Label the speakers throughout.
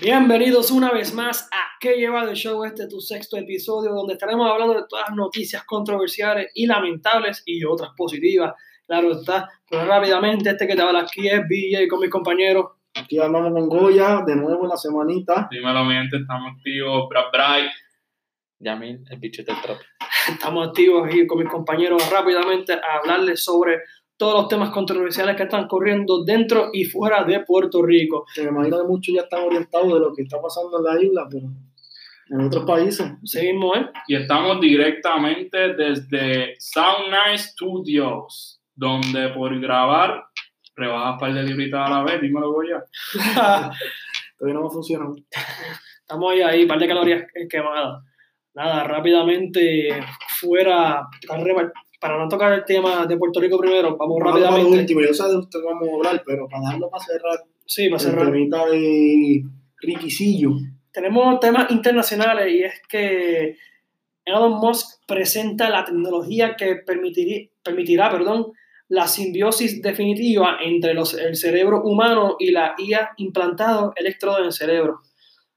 Speaker 1: Bienvenidos una vez más a ¿Qué lleva de show? Este tu sexto episodio donde estaremos hablando de todas las noticias controversiales y lamentables y otras positivas. Claro está, pero rápidamente este que te habla aquí es BJ con mis compañeros.
Speaker 2: Aquí hablamos con Goya, de nuevo en la semanita.
Speaker 3: Dímelo, mi gente, estamos activos. Bra, bra.
Speaker 4: Yamil, el bicho del trap.
Speaker 1: Estamos activos aquí con mis compañeros rápidamente a hablarles sobre todos los temas controversiales que están corriendo dentro y fuera de Puerto Rico.
Speaker 2: Que me imagino que muchos ya están orientados de lo que está pasando en la isla, pero en otros países.
Speaker 1: Seguimos, ¿eh?
Speaker 3: Y estamos directamente desde Sound Night Studios, donde por grabar rebajas par de libritas a la vez. Dímelo, Goya.
Speaker 1: ¿eh?
Speaker 2: Todavía no me funcionan.
Speaker 1: Estamos ahí, ahí, par de calorías quemadas. Nada, rápidamente, fuera, para remar- para no tocar el tema de Puerto Rico primero, vamos
Speaker 2: Vamos a lo
Speaker 1: rápidamente.
Speaker 2: último, yo sé de usted vamos a hablar, pero para darlo para cerrar,
Speaker 1: Sí, para cerrar.
Speaker 2: el temita de Riquicillo.
Speaker 1: Tenemos temas internacionales y es que Elon Musk presenta la tecnología que permitirá, permitirá perdón, la simbiosis definitiva entre los- el cerebro humano y la IA implantado electrodo en el cerebro.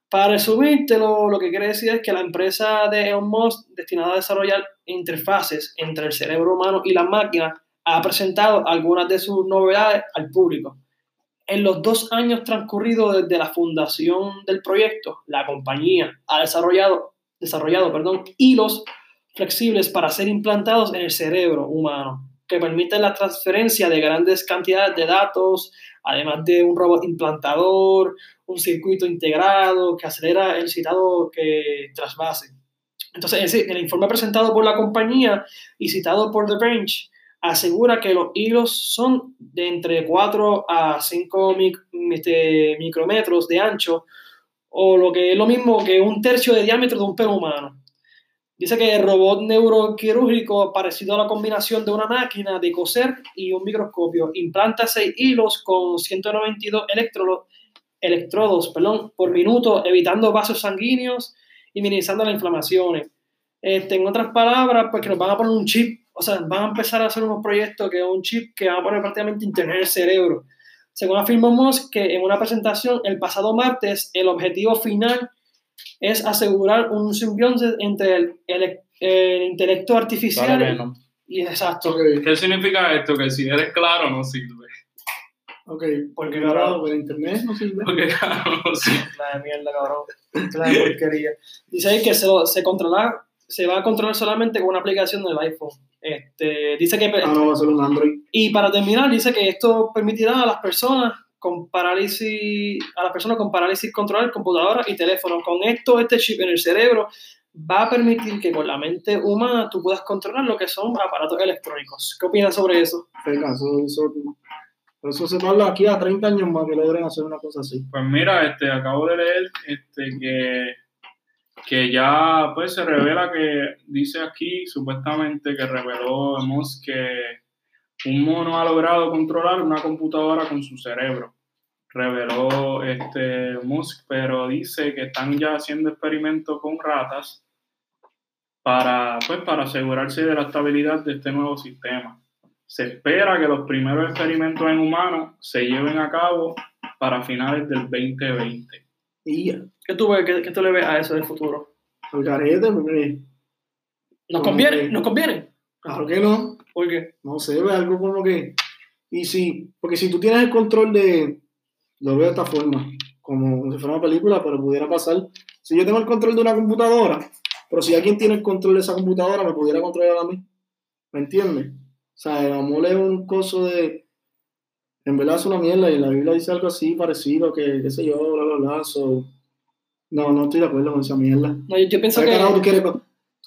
Speaker 1: Para resumírtelo, lo que quiere decir es que la empresa de Elon Musk, destinada a desarrollar interfaces entre el cerebro humano y las máquinas, ha presentado algunas de sus novedades al público. En los dos años transcurridos desde la fundación del proyecto, la compañía ha desarrollado, desarrollado perdón, hilos flexibles para ser implantados en el cerebro humano, que permiten la transferencia de grandes cantidades de datos, además de un robot implantador, un circuito integrado que acelera el citado que trasvase. Entonces, ese- el informe presentado por la compañía y citado por The Bench asegura que los hilos son de entre 4 a 5 mic- este, micrometros de ancho, o lo que es lo mismo que un tercio de diámetro de un pelo humano. Dice que el robot neuroquirúrgico parecido a la combinación de una máquina de coser y un microscopio implanta 6 hilos con 192 electrolo- electrodos perdón, por minuto, evitando vasos sanguíneos y minimizando las inflamaciones. Este, en otras palabras, pues que nos van a poner un chip, o sea, van a empezar a hacer unos proyectos que es un chip que van a poner prácticamente internet en el cerebro. Según afirmó Musk, que en una presentación el pasado martes, el objetivo final es asegurar un simbionte entre el, el- el intelecto artificial
Speaker 4: Dale, Venom.
Speaker 1: y exacto.
Speaker 2: Ok,
Speaker 3: ¿Qué significa esto? Que si eres claro, no sirve.
Speaker 2: ok.
Speaker 1: Porque,
Speaker 2: Claro,
Speaker 1: cabrón,
Speaker 2: pero internet no sirve.
Speaker 3: Porque claro, no sirve.
Speaker 1: la de mierda, cabrón. La de porquería. Dice ahí que se, lo- se controla, se va a controlar solamente con una aplicación del iPhone. Este, dice que
Speaker 2: Ah, no, va a ser un Android.
Speaker 1: Y para terminar, dice que esto permitirá a las personas con parálisis, a las personas con parálisis controlar computadoras y teléfonos. Con esto, este chip en el cerebro va a permitir que con la mente humana tú puedas controlar lo que son aparatos electrónicos. ¿Qué opinas sobre eso?
Speaker 2: Venga, eso, eso, eso se habla aquí a 30 años más que logren hacer una cosa así.
Speaker 3: Pues mira, este, acabo de leer este, que, que ya pues, se revela que, dice aquí, supuestamente que reveló Musk que un mono ha logrado controlar una computadora con su cerebro. Reveló este, Musk, pero dice que están ya haciendo experimentos con ratas para, pues, para asegurarse de la estabilidad de este nuevo sistema. Se espera que los primeros experimentos en humanos se lleven a cabo para finales del 2020.
Speaker 2: Y
Speaker 1: ¿Qué tú, ves- qué, qué tú le ves a eso del futuro?
Speaker 2: al garete, porque
Speaker 1: ¿Nos
Speaker 2: Como
Speaker 1: conviene?
Speaker 2: que-
Speaker 1: ¿Nos conviene?
Speaker 2: claro que no.
Speaker 1: ¿Por qué?
Speaker 2: no sé, ve algo como que. Y si, porque si tú tienes el control de. Lo veo de esta forma, como si fuera una película, pero pudiera pasar. Si yo tengo el control de una computadora, pero si alguien tiene el control de esa computadora, me pudiera controlar a mí. ¿Me entiendes? O sea, el amor es un coso de. En verdad es una mierda y la Biblia dice algo así parecido, que qué sé yo, bla, bla, bla. so, No, no estoy de acuerdo con esa mierda.
Speaker 1: No, yo, yo pienso
Speaker 2: ¿Para qué
Speaker 1: que...
Speaker 2: carajo tú quieres? tú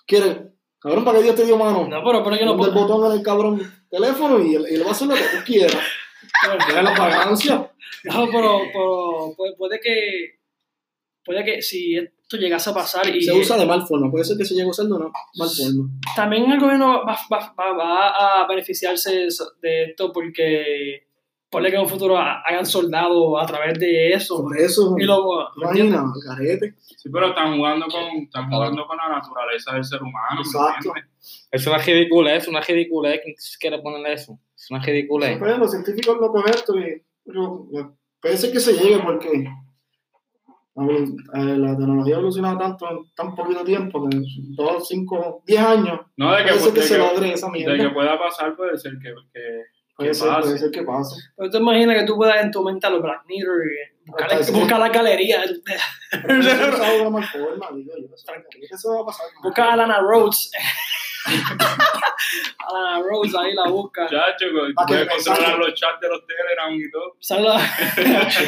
Speaker 2: quieres? Cabrón, ¿para qué Dios te dio mano?
Speaker 1: No, pero, pero yo no
Speaker 2: Ponte el
Speaker 1: puedo...
Speaker 2: botón en el cabrón teléfono y él, él va a hacer lo que tú quieras. Deja la pagancia.
Speaker 1: No, pero, pero puede, puede que... Puede que si esto llegase a pasar y...
Speaker 2: Se usa de mal forma. Puede ser que se llegue a usar de una mal forma.
Speaker 1: también el gobierno va, va- va- va a beneficiarse de eso- de esto porque ponle que en un futuro ha- hagan soldados a través de eso.
Speaker 2: Sobre eso,
Speaker 1: Y luego, ¿me entiendes?
Speaker 2: imagina, el garete.
Speaker 3: Sí, pero están jugando con, están jugando con la naturaleza del ser humano. ¿me
Speaker 2: Exacto.
Speaker 3: entiendes?
Speaker 4: Es una ridícula, es una ridícula. ¿eh? ¿Quién quiere ponerle eso? Es una ridícula. ¿eh?
Speaker 2: Pero los científicos lo correcto y. pero, Puede ser que se llegue porque. evolu- eh, la tecnología ha evolucionado tanto en tan poquito tiempo que en dos, cinco, diez años
Speaker 3: No, de que,
Speaker 2: parece que
Speaker 3: de
Speaker 2: se
Speaker 3: que-
Speaker 2: logre esa
Speaker 3: de que
Speaker 2: mierda.
Speaker 3: pueda pasar puede ser que, que-
Speaker 2: Puede ser,
Speaker 3: pase.
Speaker 2: puede ser que pase.
Speaker 1: Pero te imaginas que tú puedas en tu mente a los Black Mirror y buscar,
Speaker 2: Hasta ese-
Speaker 1: buscar la galería,
Speaker 2: Pero eso es de una mala forma, digo yo. Eso eso va a pasar.
Speaker 1: buscar a Lana Rhodes. a Lana Rhodes ahí la busca.
Speaker 3: ya, chicos,
Speaker 2: Pa' que
Speaker 3: puedes
Speaker 2: me
Speaker 3: controlar
Speaker 2: salga.
Speaker 3: los chats de los Telegram y todo.
Speaker 1: ¿Sabes la-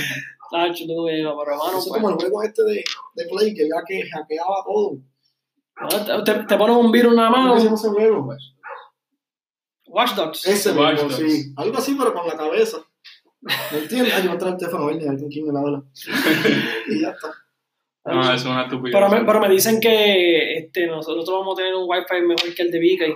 Speaker 1: Nacho, no veo, pero mano,
Speaker 2: Eso es
Speaker 1: pues.
Speaker 2: como el juego este de, de Play que ya que hackeaba todo.
Speaker 1: No, te, te pones un virus en la
Speaker 3: Ah.
Speaker 2: ¿Cómo se
Speaker 1: mano.
Speaker 2: llama ese juego? pues?
Speaker 1: Watch Dogs.
Speaker 2: Ese
Speaker 3: Watch
Speaker 2: mismo,
Speaker 3: Dogs.
Speaker 2: sí. Algo así, pero con la cabeza. ¿Me entiendes? Ay, yo voy a traer el teléfono, a ver, a ver con quién me la habla. y ya está.
Speaker 3: No, Ah, eso es una estupidez.
Speaker 1: Pero me, pero me dicen que este, nosotros vamos a tener un wifi mejor que el de Vika. y-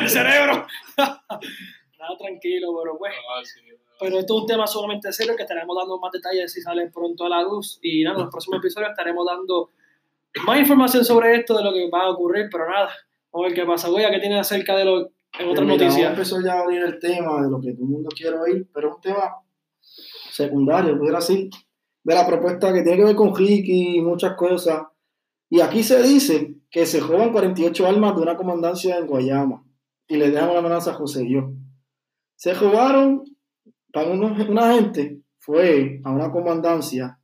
Speaker 1: ¡El cerebro! Nada, tranquilo, pero pues.
Speaker 3: No, sí, no.
Speaker 1: Pero esto es un tema sumamente serio que estaremos dando más detalles si sale pronto a la luz. Y nada, en los próximos episodios estaremos dando más información sobre esto, de lo que va a ocurrir, pero nada. Vamos a ver qué pasa. Goya, ¿qué tiene acerca de lo en otras
Speaker 2: Mira, ahora
Speaker 1: noticias?
Speaker 2: empezó ya a abrir el tema de lo que todo el mundo quiere oír, pero es un tema secundario, pudiera decir, de la propuesta que tiene que ver con Ricky y muchas cosas. Y aquí se dice que se roban 48 armas de una comandancia en Guayama y le dejan una amenaza a José y yo. Se robaron, para unos- una gente fue a una comandancia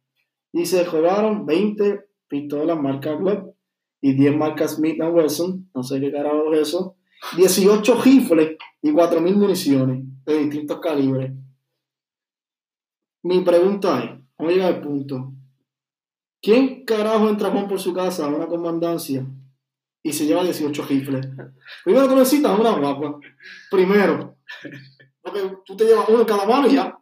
Speaker 2: y se robaron 20 pistolas marca web y 10 marcas Smith Wesson, no sé qué carajo es eso. 18 rifles y 4.000 municiones de distintos calibres. Mi pregunta es, vamos a llegar al punto. ¿Quién carajo entra Juan por su casa a una comandancia y se lleva 18 rifles? Primero tú necesitas una guapa. Primero. Porque tú te llevas uno en cada mano y ya.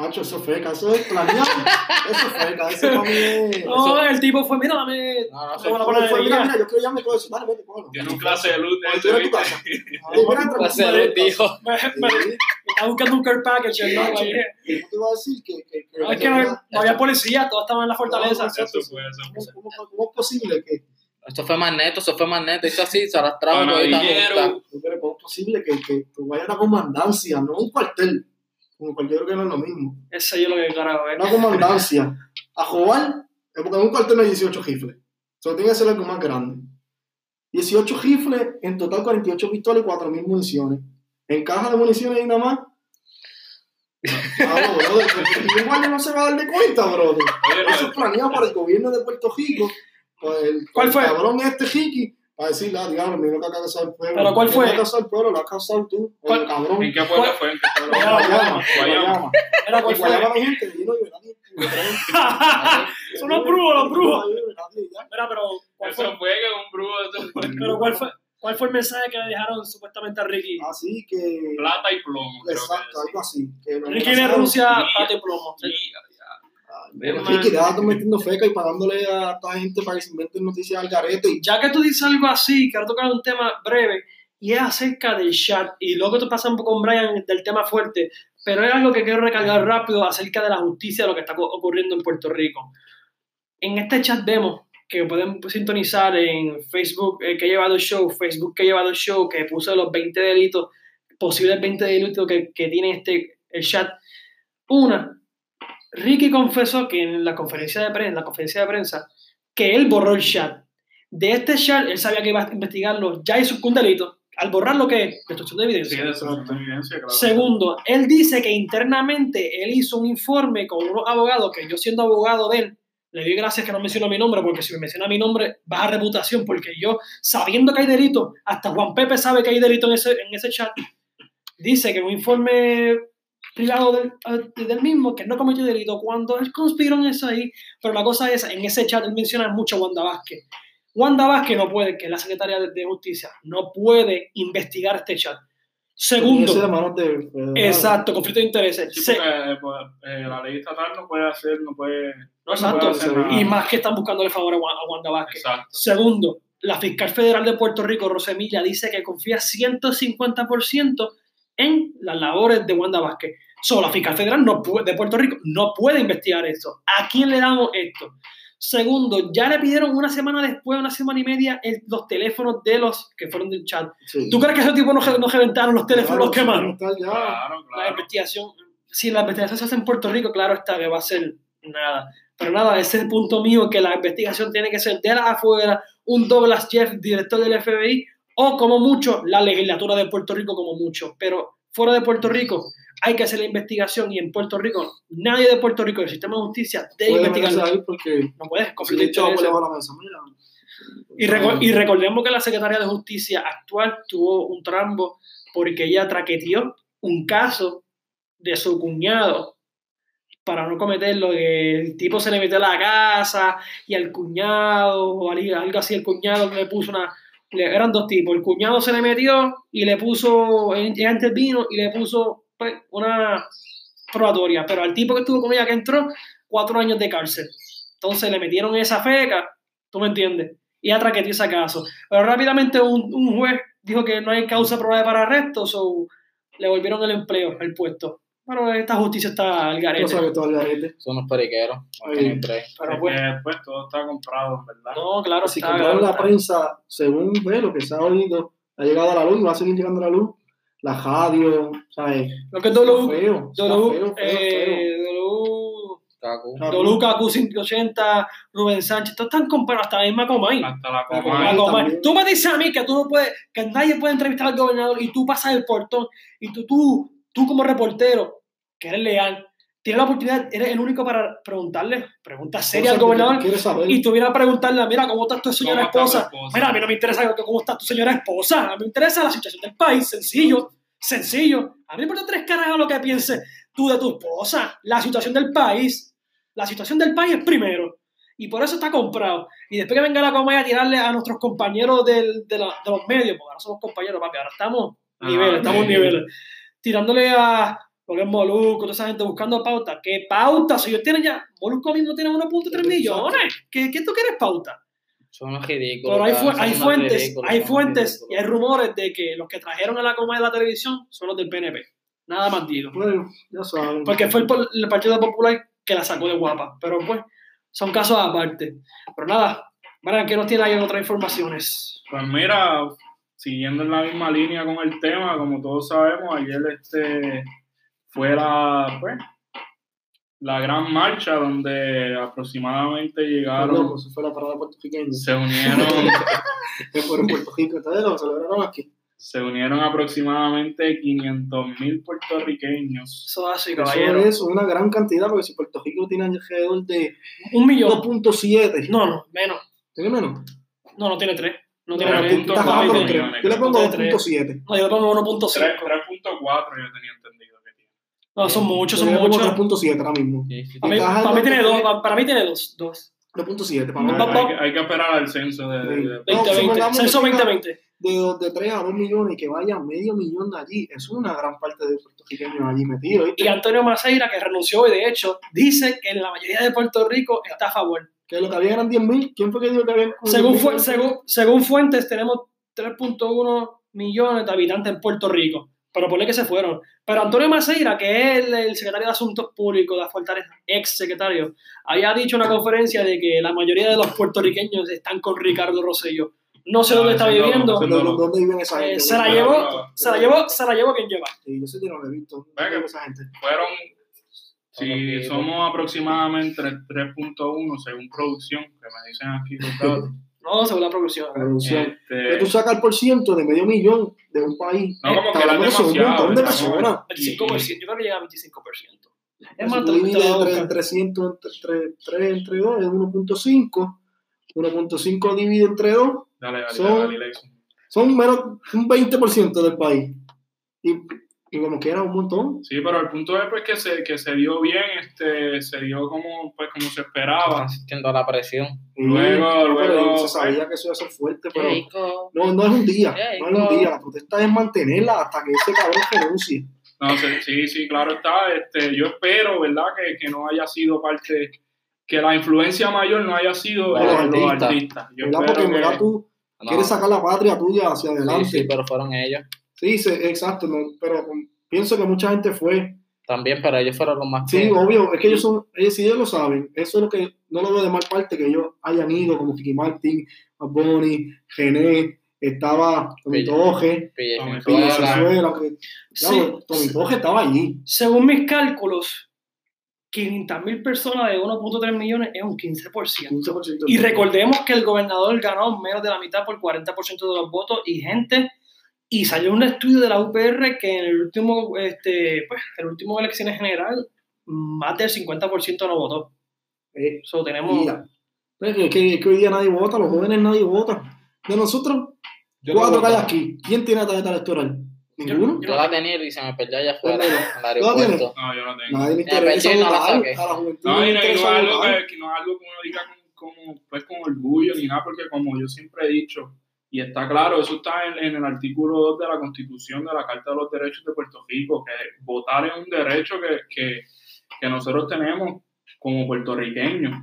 Speaker 2: Hacho, eso es feca, eso es planeado. Eso es feca, eso para mí es...
Speaker 1: No, el tipo fue, mira, dame.
Speaker 4: No, no,
Speaker 1: Eso-
Speaker 4: eso
Speaker 2: Bueno, pero después, mira, mira, yo quiero llevarme todo eso. Dale, vete, cógelo.
Speaker 3: Tiene un clase de luz de
Speaker 2: Cuando
Speaker 3: ese,
Speaker 2: tú eres en tu
Speaker 3: ¿viste?
Speaker 2: casa. Ay, mira, entra Juan
Speaker 4: va a
Speaker 2: por
Speaker 4: ser el
Speaker 2: tu casa.
Speaker 4: tío.
Speaker 1: me- me- Está buscando un care package,
Speaker 2: Sí,
Speaker 1: ¿no?
Speaker 2: macho.
Speaker 1: Oye,
Speaker 2: Yo te iba a decir que. que, que-
Speaker 1: No, es que no, no había policía, todos estaban en la fortaleza.
Speaker 2: No,
Speaker 3: Eso fue, eso fue.
Speaker 2: ¿Cómo, cómo, cómo es posible que,
Speaker 4: Esto fue más neto, eso fue más neto. Hizo así, se arrastraba
Speaker 3: Bueno,
Speaker 4: todita
Speaker 3: dinero.
Speaker 4: junta.
Speaker 2: yo creo, cómo es posible que, que tú vayas a una comandancia, no un cuartel? Como cual yo creo que no es lo mismo.
Speaker 1: Ese yo lo que carajo, ¿eh?
Speaker 2: Una comandancia a jugar, eh, porque en un cuartel no hay 18 rifles. Solo tiene que ser algo más grande. 18 rifles, en total 48 pistolas y 4.000 municiones. En caja de municiones y nada más. Ah, no, brother, porque un guardia no se va a dar de cuenta, brother.
Speaker 3: Oye,
Speaker 2: Eso es planeado por el gobierno de Puerto Rico. por el, por
Speaker 1: ¿Cuál
Speaker 2: el
Speaker 1: fue?
Speaker 2: cabrón este Hiki. Para decir, ah, diablo, mira lo que acaba de causar el pueblo.
Speaker 1: ¿Pero cuál
Speaker 2: Lo
Speaker 1: fue?
Speaker 2: que ha causado el pueblo, lo has causado tú. o
Speaker 1: ¿Cuál-
Speaker 2: El cabrón.
Speaker 3: ¿En qué pueblo fue? ¿En qué pueblo fue?
Speaker 2: Guayama.
Speaker 3: Guayama.
Speaker 2: Guayama.
Speaker 1: Era cuál
Speaker 2: En
Speaker 1: fue.
Speaker 2: Guayama hay gente. y no hay nadie.
Speaker 1: Son los brujos, los brujos.
Speaker 2: No hay nadie, ya.
Speaker 1: Mira, pero ¿cuál fue,
Speaker 3: Eso fue que un brujo, eso fue
Speaker 1: pero ¿cuál fue, cuál fue el mensaje que le dejaron supuestamente a Ricky?
Speaker 2: Así que.
Speaker 3: plata y plomo. creo que
Speaker 2: Exacto, algo así. Que lo
Speaker 1: Ricky viene de
Speaker 2: amenazaron.
Speaker 1: Rusia,
Speaker 3: Sí.
Speaker 1: pate plomo.
Speaker 3: es. Y-
Speaker 2: Ah,
Speaker 3: Mira,
Speaker 2: Ricky, deja de estar metiendo feca y pagándole a esta gente para que se inventen noticias al garete. Y
Speaker 1: Ya que tú dices algo así, quiero tocar un tema breve y es acerca del chat. Y luego te pasan con Brian del tema fuerte, pero es algo que quiero recargar rápido acerca de la justicia de lo que está co- ocurriendo en Puerto Rico. En este chat vemos que pueden sintonizar en Facebook eh, que he llevado show, Facebook que he llevado show, que puso los 20 delitos, posibles 20 delitos que, que tiene este el chat. Una, Ricky confesó que en la conferencia de prensa, en la conferencia de prensa, que él borró el chat. De este chat, él sabía que iba a investigarlo, ya hizo un delito. Al borrar lo que es destrucción de
Speaker 3: Sí,
Speaker 1: evidencia.
Speaker 3: de evidencia, claro.
Speaker 1: Segundo, él dice que internamente él hizo un informe con unos abogados, que yo siendo abogado de él, le doy gracias que no mencionó mi nombre, porque si me menciona mi nombre, baja reputación, porque yo, sabiendo que hay delito, hasta Juan Pepe sabe que hay delito en ese, en ese chat, dice que un informe privado del, eh, del mismo, que no cometió delito, cuando él conspiró en eso ahí, pero la cosa es, en ese chat él menciona mucho a Wanda Vázquez. Wanda Vázquez no puede, que es la secretaria de, de Justicia, no puede investigar este chat. Segundo.
Speaker 2: ese de manos de- de-
Speaker 1: Exacto, conflicto de intereses.
Speaker 3: Sí,
Speaker 1: Se-
Speaker 3: porque, eh, pues, eh, la ley estatal no puede hacer, no puede. No se
Speaker 1: Exacto.
Speaker 3: puede hacer nada.
Speaker 1: y más que están buscándole favor a Wa- a Wanda Vázquez.
Speaker 3: Exacto.
Speaker 1: Segundo, la fiscal federal de Puerto Rico, Rosemilla, dice que confía 150% en las labores de Wanda Vázquez. Solo la fiscal federal no pu- de Puerto Rico no puede investigar esto. ¿A quién le damos esto? Segundo, ya le pidieron una semana después, una semana y media, el- los teléfonos de los que fueron del chat.
Speaker 2: Sí.
Speaker 1: ¿Tú crees que esos tipos no, re- no reventaron los teléfonos, los
Speaker 2: Claro,
Speaker 1: quemaron?
Speaker 2: está ya.
Speaker 3: Claro,
Speaker 1: La
Speaker 3: claro.
Speaker 1: investigación, si la investigación se hace en Puerto Rico, claro está que va a ser nada. Pero nada, ese es el punto mío, que la investigación tiene que ser de la afuera, un Douglas Jeff, director del FBI, o como mucho, la legislatura de Puerto Rico como mucho. Pero fuera de Puerto Rico hay que hacer la investigación y en Puerto Rico, nadie de Puerto Rico, el sistema de justicia, debe
Speaker 2: Puede
Speaker 1: investigar.
Speaker 2: meterse ahí porque
Speaker 1: No puedes
Speaker 2: si le
Speaker 1: conflictar
Speaker 2: echaba
Speaker 1: eso.
Speaker 2: por debajo de la mesa, mira,
Speaker 1: Y, reco- y recordemos que la secretaria de Justicia actual tuvo un trambo porque ella traqueteó un caso de su cuñado para no cometerlo, que el tipo se le metió a la casa y al cuñado o al- algo así, el cuñado le puso una... le- eran dos tipos, el cuñado se le metió y le puso, ella intervino y le puso pues, una probatoria, pero al tipo que estuvo con ella que entró, cuatro años de cárcel. Entonces le metieron esa feca, ¿tú me entiendes? y atraqueteó ese caso. Pero rápidamente un, un juez dijo que no hay causa probable para arresto, so le volvieron el empleo, el puesto. Pero esta justicia está al
Speaker 2: no
Speaker 1: garete.
Speaker 2: sabe todo el garete.
Speaker 4: Son unos periqueros.
Speaker 2: Ay.
Speaker 4: tienen tres.
Speaker 1: Pero
Speaker 3: Es
Speaker 1: pues,
Speaker 3: que después todo está comprado, en verdad.
Speaker 1: no, claro,
Speaker 2: Si
Speaker 1: Ah, está-
Speaker 2: compraron la
Speaker 1: está-
Speaker 2: prensa, según ve lo que se ha oído, ha llegado a la luz, va a seguir llegando a la luz, la radio, ¿sabes?
Speaker 1: Lo que es
Speaker 2: Está
Speaker 1: W,
Speaker 2: feo, está feo, feo, feo.
Speaker 1: eh, W,
Speaker 4: Está cool.
Speaker 2: Claro.
Speaker 1: W, KQ580, Rubén Sánchez, todos están comprados, hasta la misma Comay.
Speaker 3: Hasta la
Speaker 2: La
Speaker 1: La
Speaker 3: coma.
Speaker 2: Comay.
Speaker 1: Comay.
Speaker 2: también.
Speaker 1: Tú me dices a mí que tú no puedes, que nadie puede entrevistar al gobernador y tú pasas el portón y tú, tú, tú como reportero, que eres leal, tienes la oportunidad, eres el único para preguntarle preguntas serias al
Speaker 2: Cosas que tú
Speaker 1: gobernador
Speaker 2: quieres saber.
Speaker 1: y tú vienes a preguntarle, mira, ¿cómo está tu señora
Speaker 3: ¿Cómo está pues. tu
Speaker 1: esposa?
Speaker 3: esposa?
Speaker 1: Mira, a mí no me interesa cómo está tu señora esposa, a mí me interesa la situación del país, sencillo, sencillo. A mí me importa tres carajos lo que pienses tú de tu esposa, la situación del país. La situación del país es primero. Y por eso está comprado. Y después que venga la coma y a tirarle a nuestros compañeros del- de, la- de los medios, porque ahora somos compañeros, papi, ahora estamos
Speaker 3: Ah,
Speaker 1: niveles, estamos
Speaker 3: sí.
Speaker 1: niveles. Tirándole a lo que es Molusco, toda esa gente buscando pauta. ¿Qué pauta? Si ellos tienen ya, Molusco mismo tiene 1.3
Speaker 2: Exacto.
Speaker 1: millones. ¿Qué, ¿Qué tú quieres pauta?
Speaker 4: Son unos ridículos.
Speaker 1: Pero hay,
Speaker 4: cabrón,
Speaker 1: fu-
Speaker 4: son
Speaker 1: hay
Speaker 4: unos
Speaker 1: fuentes,
Speaker 4: ridículos,
Speaker 1: hay
Speaker 4: son
Speaker 1: fuentes y hay
Speaker 4: unos ridículos.
Speaker 1: rumores de que los que trajeron a la coma de la televisión son los del PNP. Nada más digo.
Speaker 2: Bueno, ya saben.
Speaker 1: Porque fue el, pol- el Partido Popular que la sacó de guapa. Pero pues, son casos aparte. Pero nada, Brian, ¿qué nos tiene ahí en otras informaciones?
Speaker 3: Pues mira, siguiendo en la misma línea con el tema, como todos sabemos, ayer este fue la, pues, la gran marcha donde aproximadamente llegaron,
Speaker 2: Loco, se fue la parada puertorriqueña.
Speaker 3: se unieron,
Speaker 2: Se fueron a Puerto Rico, entonces lo celebraron aquí.
Speaker 3: se unieron aproximadamente 500 mil puertorriqueños.
Speaker 1: Eso es así,
Speaker 2: Eso
Speaker 1: caballero.
Speaker 2: es una gran cantidad, porque si Puerto Rico tiene alrededor de
Speaker 1: Un millón.
Speaker 2: 2.7,
Speaker 1: No, no, menos.
Speaker 2: ¿tiene menos?
Speaker 1: No, no tiene tres. No tiene
Speaker 3: Pero
Speaker 2: Bueno,
Speaker 3: Tres
Speaker 1: tres.
Speaker 2: tú
Speaker 3: punto
Speaker 2: estás bajando con
Speaker 3: cuatro
Speaker 2: tres.
Speaker 3: millones,
Speaker 2: Yo le pongo
Speaker 1: punto tres.
Speaker 2: 2.7.
Speaker 1: No, yo le pongo 1.5.
Speaker 3: 3.4 yo tenía entendido que tiene.
Speaker 1: No, son muchos, son
Speaker 2: Yo le pongo
Speaker 1: muchos.
Speaker 2: 3.7 ahora mismo.
Speaker 4: Sí, sí,
Speaker 1: Para mí,
Speaker 2: Estás
Speaker 1: para mí
Speaker 2: hablando
Speaker 1: tiene
Speaker 2: de-
Speaker 1: dos. pa- Para mí tiene dos. Dos.
Speaker 2: 2.7, para
Speaker 1: No,
Speaker 2: nada.
Speaker 1: no,
Speaker 3: Hay, que- hay que esperar al censo de... de- de-
Speaker 2: No,
Speaker 1: 2020.
Speaker 2: supongamos que
Speaker 1: Censo
Speaker 2: tenga-
Speaker 1: 2020.
Speaker 2: de, dos- de 3 a 2 millones y que vaya medio millón de allí, es una gran parte de puertorriqueños allí metidos. ¿viste?
Speaker 1: y Antonio Maceira, que renunció hoy, de hecho, dice que en la mayoría de Puerto Rico está a favor.
Speaker 2: Que lo que había eran 10.000. ¿Quién fue que dijo que había?
Speaker 1: Según, fu- según, según fuentes, tenemos 3.1 millones de habitantes en Puerto Rico, pero por que se fueron. Pero Antonio Maceira, que es el, el secretario de Asuntos Públicos de la Fortaleza, ex secretario, había dicho en una conferencia de que la mayoría de los puertorriqueños están con Ricardo Rosselló. No sé
Speaker 3: Ah,
Speaker 1: dónde está
Speaker 3: ese no,
Speaker 1: viviendo.
Speaker 3: ese
Speaker 2: ¿Dónde, dónde viven esa gente?
Speaker 1: Eh, se la
Speaker 2: güey?
Speaker 1: llevó, se la llevó, se la llevó quien lleva.
Speaker 2: Sí, yo sé que no lo he visto. ¿Dónde
Speaker 3: Venga.
Speaker 2: viven esa gente?
Speaker 3: Fueron,
Speaker 4: Son los
Speaker 3: si
Speaker 4: que-
Speaker 3: somos aproximadamente 3.1 según producción, que me dicen aquí los datos.
Speaker 1: No, según la producción.
Speaker 2: La reducción.
Speaker 3: este,
Speaker 2: Pero tú sacas el por ciento de medio millón de un país.
Speaker 3: No, como
Speaker 2: Está
Speaker 3: que era
Speaker 2: hablando de un
Speaker 3: demasiado.
Speaker 2: montón de
Speaker 3: era
Speaker 2: personas.
Speaker 3: como-
Speaker 1: 25%, yo creo que llega a 25%. Es
Speaker 2: Si
Speaker 1: más, te-
Speaker 2: tú
Speaker 1: te lo voy a
Speaker 2: divides
Speaker 1: buscar.
Speaker 2: entre 300 entre 3 entre 2 es 1.5. 1.5 divide entre 2
Speaker 3: Dale, dale,
Speaker 2: Son-
Speaker 3: dale, dale, dale.
Speaker 2: son menos un 20% del país. Y, y como que era un montón.
Speaker 3: Sí, pero el punto es pues, que, se, que se dio bien, este, se dio como, pues, como se esperaba.
Speaker 4: Están sintiendo la presión.
Speaker 3: Luego,
Speaker 2: Pero
Speaker 3: luego,
Speaker 2: Se sabía que eso iba a ser fuerte, pero
Speaker 4: Rico.
Speaker 2: no, no es un día.
Speaker 4: Ey,
Speaker 2: No es un
Speaker 4: no.
Speaker 2: día. La protesta es mantenerla hasta que ese cabrón renuncie.
Speaker 3: No, se- sí, sí, claro está. Este, yo espero, ¿verdad? Que, que no haya sido parte, que la influencia mayor no haya sido
Speaker 4: Los
Speaker 3: eh, los, artistas.
Speaker 4: artistas.
Speaker 3: Yo
Speaker 2: ¿verdad?
Speaker 3: espero
Speaker 2: Porque en
Speaker 3: que-
Speaker 2: verdad tú
Speaker 4: No.
Speaker 2: quieres sacar la patria tuya hacia adelante.
Speaker 4: Sí, sí, pero fueron ellos.
Speaker 2: Sí, sí, exacto, no, pero um, pienso que mucha gente fue.
Speaker 4: También, pero ellos fueron los más
Speaker 2: Sí,
Speaker 4: que-
Speaker 2: obvio, es que ellos son, ellos, si ellos lo saben, eso es lo que no lo veo de mal parte que ellos hayan ido, como Ricky Martin, Bad Bunny, Gené, estaba Tommy
Speaker 4: Bello.
Speaker 2: Toje,
Speaker 4: Pille,
Speaker 3: Con el
Speaker 4: Venezuela.
Speaker 3: Venezuela.
Speaker 2: Venezuela, que,
Speaker 1: Sí,
Speaker 2: claro, Tommy Toje estaba allí.
Speaker 1: según mis cálculos, 500.000 personas de 1.3 millones es un 15%.
Speaker 2: 15%.
Speaker 1: Y recordemos que el gobernador ganó menos de la mitad por 40% de los votos y gente. Y salió un estudio de la UPR que en el último, este, pues, en el último elecciones general, más del 50% no votó.
Speaker 2: Eh,
Speaker 1: So, tenemos.
Speaker 2: mira, Pues, es que, es que hoy día nadie vota, los jóvenes nadie vota. De nosotros,
Speaker 4: Yo no
Speaker 2: cuatro
Speaker 4: voto.
Speaker 2: cada aquí. ¿Quién tiene la tarjeta electoral? ¿Ninguno?
Speaker 4: Yo la tenía y se me perdió allá afuera
Speaker 2: Bueno,
Speaker 4: en el aeropuerto.
Speaker 3: No, yo no tengo.
Speaker 2: Nadie le
Speaker 4: Ya, pero
Speaker 2: interesa
Speaker 4: yo Eh, no la
Speaker 2: votar.
Speaker 4: saqué.
Speaker 2: A la juventud le
Speaker 3: No, y no, y no es
Speaker 2: interesa
Speaker 3: algo
Speaker 2: votar.
Speaker 3: que, que no es algo que uno diga con, con, pues, con orgullo ni nada, porque como yo siempre he dicho, y está claro, eso está en, en el artículo 2 de la Constitución de la Carta de los Derechos de Puerto Rico, que votar es un derecho que, que, que nosotros tenemos como puertorriqueños.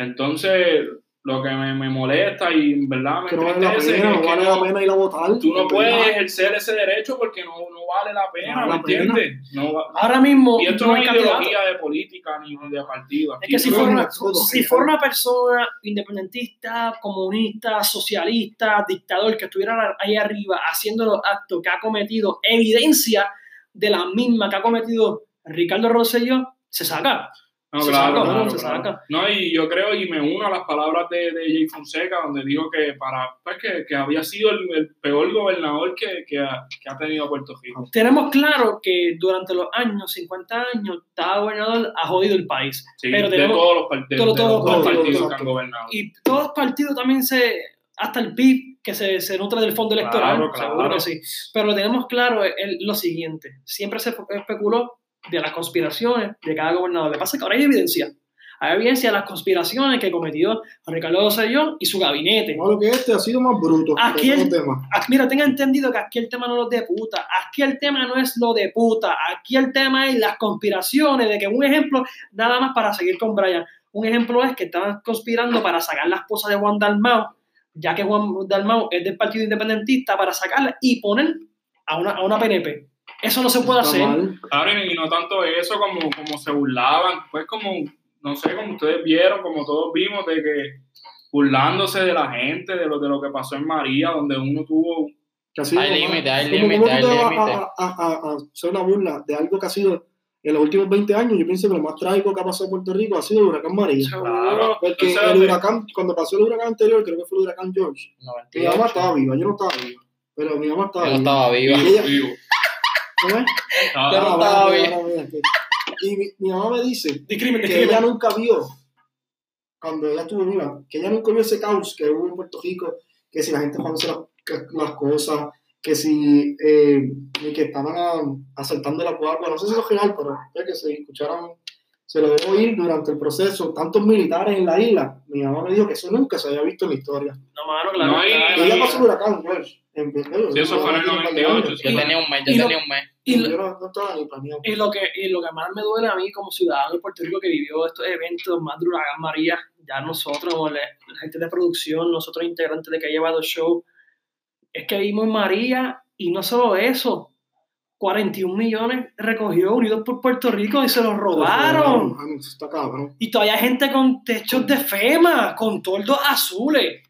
Speaker 3: Entonces, lo que me, me molesta y en verdad me
Speaker 2: Que no vale la
Speaker 3: entristece
Speaker 2: pena,
Speaker 3: es
Speaker 2: no
Speaker 3: que
Speaker 2: vale
Speaker 3: no-
Speaker 2: la pena ir a votar.
Speaker 3: tú no
Speaker 2: En
Speaker 3: puedes
Speaker 2: verdad.
Speaker 3: ejercer ese derecho porque no, no vale la pena,
Speaker 2: No vale
Speaker 3: ¿me
Speaker 2: la pena.
Speaker 3: entiendes? No va-
Speaker 1: Ahora mismo.
Speaker 3: y esto
Speaker 1: no
Speaker 3: no
Speaker 1: hay
Speaker 3: es
Speaker 1: candidato.
Speaker 3: ideología de política ni de partido.
Speaker 1: Es
Speaker 3: Aquí
Speaker 1: que si
Speaker 3: tú-
Speaker 1: fuera, una,
Speaker 2: todos,
Speaker 1: si
Speaker 2: sí,
Speaker 1: fuera una persona independentista, comunista, socialista, dictador, que estuviera ahí arriba haciendo los actos que ha cometido, evidencia de la misma que ha cometido Ricardo Rosselló, se saca.
Speaker 3: No,
Speaker 1: Se
Speaker 3: claro,
Speaker 1: saca,
Speaker 3: claro,
Speaker 1: ¿no? Se
Speaker 3: claro.
Speaker 1: saca.
Speaker 3: No, y yo creo, y me uno a las palabras de, de Jay Fonseca, donde dijo que para pues, que, que había sido el, el peor gobernador que, que, ha, que ha tenido Puerto Rico.
Speaker 1: Tenemos claro que durante los años, 50 años, cada gobernador ha jodido el país.
Speaker 3: Sí,
Speaker 1: Pero
Speaker 3: de
Speaker 1: tenemos-
Speaker 3: todos los, par- de- de
Speaker 1: todos-
Speaker 3: los
Speaker 1: todos-
Speaker 3: dos
Speaker 2: todos-
Speaker 3: partidos
Speaker 2: todos-
Speaker 3: que han gobernado.
Speaker 1: Y todos los partidos también se, hasta el PIB, que se, se nutre del fondo electoral,
Speaker 3: Claro, claro.
Speaker 1: seguro que sí. Pero lo tenemos claro el- lo siguiente, siempre se especuló de las conspiraciones de cada gobernador. Lo que pasa es que ahora hay evidencia. Hay evidencia de las conspiraciones que cometió Ricardo Rosselló y su gabinete.
Speaker 2: No, lo que este ha sido más bruto.
Speaker 1: ¿A
Speaker 2: pero
Speaker 1: quién?
Speaker 2: no tema.
Speaker 1: Ah, Mira, tenga entendido que aquí el tema no es de puta, aquí el tema no es lo de puta, aquí el tema es las conspiraciones, de que un ejemplo, nada más para seguir con Brian, un ejemplo es que estaban conspirando para sacar la esposa de Juan Dalmau, ya que Juan Dalmau es del Partido Independentista, para sacarla y poner a una, a una PNP. Eso no se puede
Speaker 2: Está
Speaker 1: hacer.
Speaker 2: mal.
Speaker 3: Claro, y no tanto eso como, como se burlaban, pues como, no sé, como ustedes vieron, como todos vimos, de que burlándose de la gente, de lo, de lo que pasó en María, donde uno tuvo
Speaker 2: Que ha sido
Speaker 4: Hay
Speaker 2: más-
Speaker 4: límite, hay
Speaker 2: ¿Cómo-
Speaker 4: límite,
Speaker 2: cómo tú
Speaker 4: hay
Speaker 2: te vas a-
Speaker 4: límite.
Speaker 2: a- a- a- a hacer una burla de algo que ha sido en los últimos 20 años? Yo pienso que lo más trágico que ha pasado en Puerto Rico ha sido el huracán María.
Speaker 1: Seguro.
Speaker 2: Porque
Speaker 3: Entonces,
Speaker 2: el huracán, cuando pasó el huracán anterior, creo que fue el huracán George, mi mamá
Speaker 4: 98.
Speaker 2: estaba viva, yo no estaba viva, pero mi mamá estaba
Speaker 4: Yo no
Speaker 2: viva.
Speaker 4: estaba viva.
Speaker 2: Y ella-
Speaker 3: vivo.
Speaker 2: ¿Cómo es?
Speaker 3: Estaba-
Speaker 4: Yo no
Speaker 2: Ah,
Speaker 4: estaba
Speaker 2: vale,
Speaker 4: viva.
Speaker 2: vale, vale. Y mi, mi mamá me dice
Speaker 1: Discrimen,
Speaker 2: que
Speaker 1: discrimen.
Speaker 2: ella nunca vio, cuando ella estuvo viva, que ella nunca vio ese caos que hubo en Puerto Rico, que si la gente jugándose las, que- las cosas, que si eh, que estaban a- asaltando la cuadra, no sé si es lo final, pero ya que se escucharon, se lo debo oír durante el proceso, tantos militares en la isla, mi mamá me dijo que eso nunca se había visto en la historia.
Speaker 1: No, mano, claro,
Speaker 3: No hay-
Speaker 1: claro.
Speaker 2: Y ella pasó el huracán, pues, George. En,
Speaker 3: Sí, eso fue en el 98, sí.
Speaker 4: Yo tenía un mes,
Speaker 1: Y
Speaker 4: yo
Speaker 1: lo-
Speaker 4: tenía un mes.
Speaker 1: Y lo-
Speaker 2: yo no, no estaba ni planeado.
Speaker 1: Y lo, que, y lo que más me duele a mí como ciudadano de Puerto Rico que vivió estos eventos más de Huracán María, ya nosotros, como la, la gente de producción, nosotros integrantes de que ha llevado el show, es que vimos María y no solo eso, 41 millones recogió Unidos por Puerto Rico y se los robaron.
Speaker 2: Ah, no, eso Está cabrón.
Speaker 1: Y todavía hay gente con techos de FEMA, con toldos azules.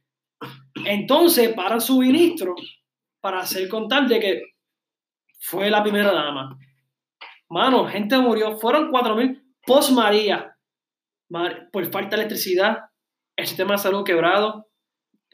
Speaker 1: Entonces, para su ministro, para hacer contar de que fue la primera dama. Mano, gente murió, fueron 4.000 post María, Mar- por falta de electricidad, el sistema de salud quebrado.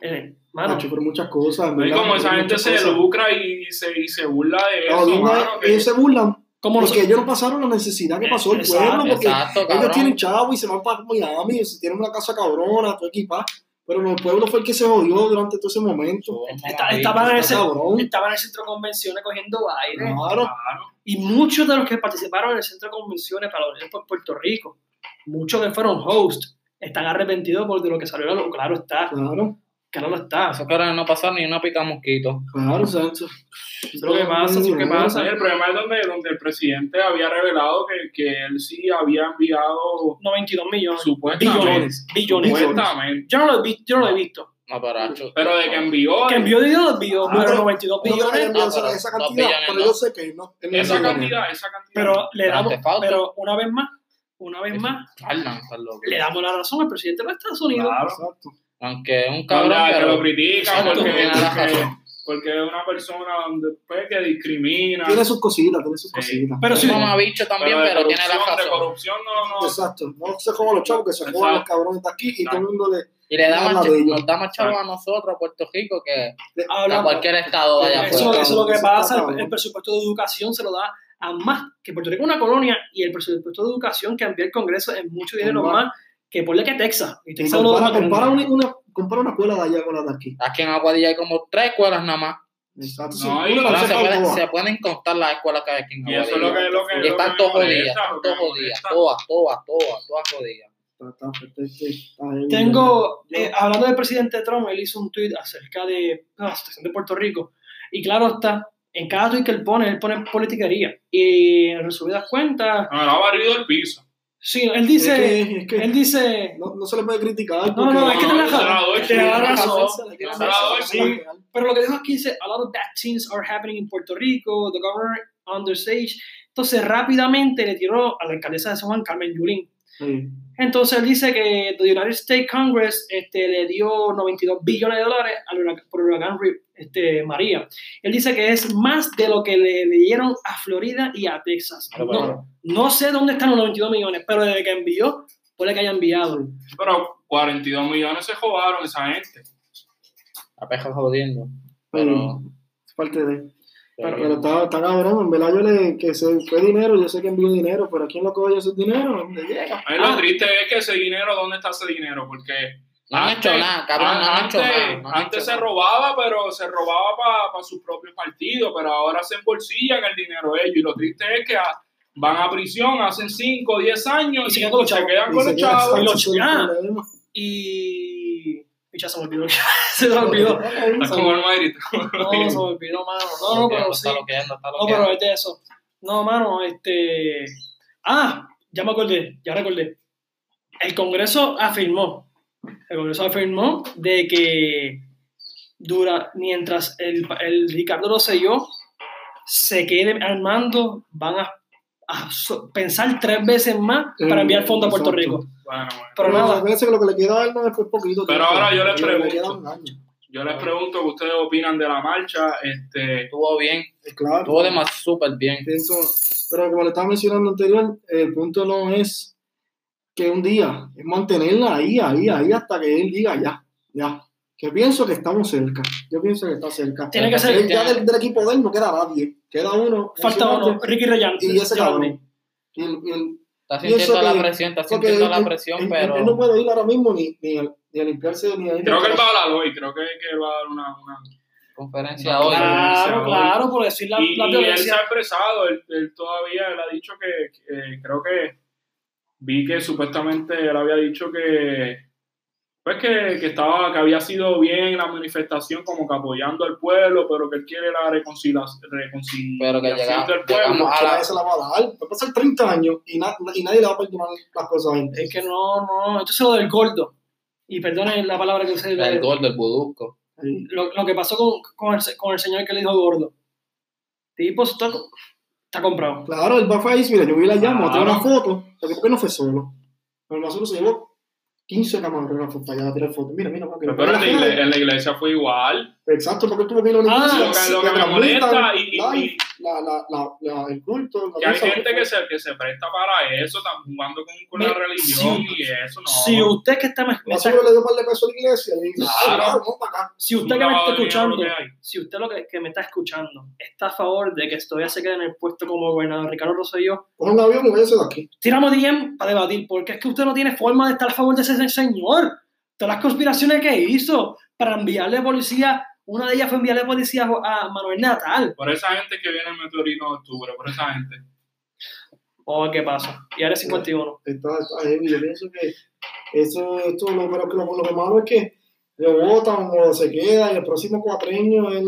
Speaker 1: Eh, mano,
Speaker 2: Nacho, por muchas cosas. en
Speaker 3: No, y
Speaker 2: verdad,
Speaker 3: como
Speaker 2: por
Speaker 3: esa gente
Speaker 2: muchas
Speaker 3: se
Speaker 2: cosas.
Speaker 3: lucra y se, y se burla de
Speaker 2: No,
Speaker 3: eso,
Speaker 2: bien,
Speaker 3: mano, que-
Speaker 2: ellos se burlan
Speaker 1: ¿cómo
Speaker 2: porque
Speaker 1: nos-
Speaker 2: ellos no pasaron la necesidad que pasó el
Speaker 1: Exacto,
Speaker 2: pueblo porque
Speaker 4: Exacto,
Speaker 2: ellos tienen
Speaker 4: cabrón.
Speaker 2: chavo y se van para Miami y se tienen una casa cabrona todo equipado pero el pueblo fue el que se jodió durante todo ese momento
Speaker 1: Está- estaban, en el,
Speaker 2: Está cabrón.
Speaker 1: cen- estaban en el centro de convenciones cogiendo aire.
Speaker 2: claro
Speaker 3: Claro.
Speaker 1: Y muchos de los que participaron en el centro de convenciones para los Unidos por Puerto Rico, muchos que fueron host, están arrepentidos por de lo que salió. a lo- Claro está,
Speaker 2: claro
Speaker 1: claro lo está.
Speaker 4: Esos cabrones no pasaron ni una pica mosquito.
Speaker 2: claro o sea, eso-
Speaker 1: es lo que pasa, eso es lo que pasa.
Speaker 3: Sí, el problema es donde, donde el presidente había revelado que, que él sí había enviado
Speaker 1: 92 millones,
Speaker 3: supuestamente.
Speaker 1: billones, billones.
Speaker 3: supuestamente,
Speaker 1: Yo no lo he visto, yo no lo he visto.
Speaker 4: No, pero acho,
Speaker 3: Pero de que envió,
Speaker 1: Que envió dinero, lo envió,
Speaker 2: Ah,
Speaker 1: pero
Speaker 2: pero-
Speaker 1: 92
Speaker 2: no creo que
Speaker 1: millones.
Speaker 2: hayan enviado
Speaker 4: No, pero
Speaker 2: esa- esa
Speaker 4: dos
Speaker 2: cantidad
Speaker 4: billones,
Speaker 2: pero
Speaker 4: no.
Speaker 2: yo sé que no él no
Speaker 3: esa
Speaker 2: lo ganó.
Speaker 3: cantidad, esa cantidad.
Speaker 1: Pero le
Speaker 4: Pero
Speaker 1: damos,
Speaker 4: te falta.
Speaker 1: pero una vez más, una vez más,
Speaker 4: Carlan, estás loco.
Speaker 1: le damos la razón al presidente de los Estados Unidos.
Speaker 3: claro.
Speaker 2: exacto
Speaker 4: Aunque es un
Speaker 3: Cabrón,
Speaker 4: cabrón,
Speaker 3: que lo
Speaker 4: pero
Speaker 3: critican
Speaker 4: Exacto,
Speaker 3: porque,
Speaker 4: tiene la
Speaker 3: porque-
Speaker 4: razón.
Speaker 3: porque es una persona donde, pues, que discrimina.
Speaker 2: Tiene sus cositas, tiene sus
Speaker 3: Sí.
Speaker 2: cositas.
Speaker 1: Pero sí,
Speaker 4: Es mamabicho también,
Speaker 3: de
Speaker 4: pero, tiene la
Speaker 3: corrupción, de
Speaker 4: razón.
Speaker 3: corrupción no, no.
Speaker 2: Exacto. No se jodan los chavos, que se jodan
Speaker 3: Exacto.
Speaker 2: los cabrones de aquí y todo el mundo le.
Speaker 4: Y le da
Speaker 2: Habla
Speaker 4: más,
Speaker 2: de ello.
Speaker 4: nos da más chavo a nosotros, a Puerto Rico, que a
Speaker 1: hablamos.
Speaker 4: cualquier estado de allá
Speaker 1: Eso,
Speaker 4: afuera.
Speaker 1: eso es lo que
Speaker 2: Eso
Speaker 1: pasa,
Speaker 2: está
Speaker 1: el,
Speaker 2: cabrón.
Speaker 1: el presupuesto de educación se lo da a más, que Puerto Rico es una colonia y el presupuesto de educación que envía el Congreso es mucho dinero
Speaker 2: Ajá.
Speaker 1: más que ponle que Texas. Y
Speaker 2: Y
Speaker 1: Texas es uno de los
Speaker 2: compara,
Speaker 1: más
Speaker 2: compara,
Speaker 1: grandes.
Speaker 2: una, una- compara una escuela de allá con la de aquí.
Speaker 4: Aquí en Aguadilla hay como tres escuelas nada más.
Speaker 2: Exacto.
Speaker 3: No,
Speaker 2: una
Speaker 3: y-
Speaker 2: la
Speaker 4: Pero
Speaker 2: hace
Speaker 4: se, pueden,
Speaker 2: Balboa.
Speaker 4: se pueden contar las escuelas que hay aquí en
Speaker 3: Y eso es lo
Speaker 4: Aguadilla.
Speaker 3: que lo que-
Speaker 4: Y
Speaker 3: lo que
Speaker 4: están
Speaker 3: me
Speaker 4: todas jodidas,
Speaker 3: molesta,
Speaker 4: están
Speaker 3: lo que
Speaker 4: todas
Speaker 3: me
Speaker 4: jodidas,
Speaker 3: molesta.
Speaker 4: todas, todas, todas, todas jodidas.
Speaker 2: Está- está- está- está- está-
Speaker 1: Tengo, eh, hablando del presidente Trump, él hizo un tweet acerca de ah, la situación de Puerto Rico. Y claro está, en cada tweet que él pone, él pone politiquería. Y en resumidas cuentas,
Speaker 3: No, no Ah, ha barrido el piso.
Speaker 1: sí, él
Speaker 2: Es
Speaker 1: dice,
Speaker 2: que- es que
Speaker 1: él dice,
Speaker 2: no, no se le puede criticar.
Speaker 1: no, no,
Speaker 2: porque-
Speaker 1: no, es que te
Speaker 3: no, yo se
Speaker 1: la
Speaker 3: la doy,
Speaker 1: te
Speaker 3: sí,
Speaker 1: da
Speaker 3: yo se la
Speaker 1: razón.
Speaker 3: doy.
Speaker 2: se la doy, sí.
Speaker 1: Pero lo que dijo aquí dice, a lot of bad things are happening in Puerto Rico, the governor understage. Entonces rápidamente le tiró a la alcaldesa de San Juan, Carmen Yulín.
Speaker 2: Sí.
Speaker 1: Entonces él dice que the United States Congress este, le dio 92 billones de dólares al hurac- por el huracán Ri- este, María. Él dice que es más de lo que le, le dieron a Florida y a Texas.
Speaker 2: Ah,
Speaker 1: No, no sé dónde están los 92 millones, pero desde que envió, puede que haya enviado.
Speaker 3: Pero 42 millones se jodaron esa gente.
Speaker 4: La peja jodiendo.
Speaker 2: Pero-
Speaker 4: Pero,
Speaker 2: Es parte de.
Speaker 4: pero-
Speaker 2: Pero está, está cabrón, en verdad yo le. Que se fue dinero, yo sé que envió dinero, pero ¿a quién lo coge ese dinero? ¿Dónde llega?
Speaker 3: Ahí
Speaker 1: Ah.
Speaker 3: Lo triste es que ese dinero, ¿dónde está ese dinero? Porque
Speaker 4: no han hecho nada, cabrón, no han hecho
Speaker 3: ah, antes,
Speaker 4: nada. no han
Speaker 3: antes
Speaker 4: hecho
Speaker 3: se
Speaker 4: nada.
Speaker 3: robaba, pero se robaba para sus propios partidos, pero ahora se embolsillan el dinero ellos. Y lo triste es que a- van a prisión, hacen 5 o 10 años
Speaker 1: Y
Speaker 3: y
Speaker 1: se
Speaker 3: se
Speaker 1: quedan con los chavos.
Speaker 3: quedan con
Speaker 2: Y se
Speaker 3: los
Speaker 2: queda
Speaker 3: chavos.
Speaker 1: y
Speaker 2: Sancho
Speaker 1: los-
Speaker 2: sin
Speaker 1: ah.
Speaker 2: problema.
Speaker 1: Y... y ya se me olvidó. se me olvidó.
Speaker 3: Estás como el Madrid.
Speaker 1: No, se me olvidó, mano. No, no, pero sí.
Speaker 4: Está loqueando, está
Speaker 1: No, pero
Speaker 4: loqueando.
Speaker 1: es de eso. No, mano, este. Ah, ya me acordé, ya recordé. El Congreso afirmó, el Congreso afirmó de que dura, mientras el, el Ricardo Rosselló se quede al mando, van a, a so- pensar tres veces más para enviar fondos a Puerto
Speaker 2: Eh, Exacto.
Speaker 1: Rico.
Speaker 3: Bueno, bueno.
Speaker 1: Pero
Speaker 2: Pero
Speaker 1: nada,
Speaker 2: acuérdense que lo que le queda a él no es por poquito.
Speaker 3: Pero
Speaker 2: tiempo.
Speaker 3: ahora yo les
Speaker 2: Le
Speaker 3: pregunto.
Speaker 2: queda un año.
Speaker 3: Yo les pregunto qué ustedes opinan de la marcha. Este,
Speaker 4: Estuvo bien,
Speaker 2: Eh, Claro.
Speaker 4: estuvo demasiado súper bien.
Speaker 2: Pienso- pero como le estaba mencionando anterior, el punto no es que un día, es mantenerla ahí, ahí, ahí, hasta que él diga ya, ya. Que pienso que estamos cerca. Yo pienso que está cerca.
Speaker 1: Tiene que ser-
Speaker 2: Él ya del, del equipo de él no queda nadie. Queda uno.
Speaker 1: falta uno,
Speaker 2: mencionaste,
Speaker 1: Ricky Reyán.
Speaker 2: Y ese
Speaker 1: ya hablé.
Speaker 2: cabrón. Y el- y el- Y
Speaker 4: Está
Speaker 2: eso
Speaker 4: sintiendo la
Speaker 2: que-
Speaker 4: presión, está
Speaker 2: porque
Speaker 4: sintiendo la
Speaker 2: él-
Speaker 4: presión,
Speaker 2: él-
Speaker 4: pero.
Speaker 2: él no puede ir ahora mismo ni, ni, a, ni a limpiarse ni a ir
Speaker 3: creo que
Speaker 2: a-
Speaker 3: él va a hablar hoy, creo que, que va a dar una. una-
Speaker 4: Conferencia
Speaker 3: No,
Speaker 4: hoy.
Speaker 1: Claro,
Speaker 3: Oye,
Speaker 1: claro, por decir la,
Speaker 3: y,
Speaker 1: la
Speaker 3: y él se
Speaker 1: violencia.
Speaker 3: ha expresado, él, él todavía él ha dicho que, que- eh, creo que vi que supuestamente él había dicho que pues que, que estaba que había sido bien la manifestación como que apoyando al pueblo, pero que él quiere la reconcilia- reconciliación
Speaker 4: Pero que llegamos-
Speaker 3: del pueblo.
Speaker 4: llegamos
Speaker 2: a la
Speaker 4: a
Speaker 2: vez se la va a dar. Va a pasar 30 años y, na- y nadie le va a perdonar las cosas a él.
Speaker 1: Es que no, no, esto es lo del gordo. Y perdone la palabra que usé.
Speaker 4: la, el gol del Budusco.
Speaker 2: Sí.
Speaker 1: lo, lo que pasó con, con, el, se- con el señor que le dijo gordo. Tipo, está, co- está comprado.
Speaker 2: Claro, el Bafá ahí, mira, yo vi la llama,
Speaker 3: Claro.
Speaker 2: tengo una foto, porque ¿por qué no fue solo? Pero el Mazuro se llevó 15 camarógrafos para allá a tirar fotos. Mira, mira, para que
Speaker 3: Pero en la, igle- en la iglesia fue igual.
Speaker 2: Exacto, porque tuvo que ir a una
Speaker 1: Ah,
Speaker 2: iglesia,
Speaker 3: lo que-
Speaker 2: la
Speaker 3: lo que me
Speaker 2: transmitan
Speaker 3: molesta y- y-
Speaker 2: live, la, la, la, la- el culto. la
Speaker 3: Que hay
Speaker 2: misa,
Speaker 3: gente que se, que se presta para eso, están jugando con, con la
Speaker 1: Mira,
Speaker 3: religión
Speaker 1: si-
Speaker 3: y eso, no.
Speaker 1: Si usted que está, me-
Speaker 2: El
Speaker 1: me está-
Speaker 2: Mazuro le dio un par de pesos a la iglesia y dice,
Speaker 3: Claro.
Speaker 2: claro, vamos para acá.
Speaker 1: si usted
Speaker 3: Un
Speaker 1: que me está
Speaker 3: lavado de dinero
Speaker 1: escuchando,
Speaker 3: lo que hay.
Speaker 1: si usted lo que, que me está escuchando está a favor de que todavía se quede en el puesto como gobernador Ricardo Rosselló,
Speaker 2: Coge un avión y váyase de aquí.
Speaker 1: tiramos DM para debatir, porque es que usted no tiene forma de estar a favor de ese señor. Todas las conspiraciones que hizo para enviarle policía, una de ellas fue enviarle policía a Manuel Natal.
Speaker 3: Por esa gente que viene el meteorito de octubre, por esa gente.
Speaker 1: Oh, ¿qué pasa? Y ahora es 51.
Speaker 2: Está, está heavy. Yo pienso que eso, esto, lo, pero que lo, lo malo es que lo votan o se queda y el próximo cuatrenio él,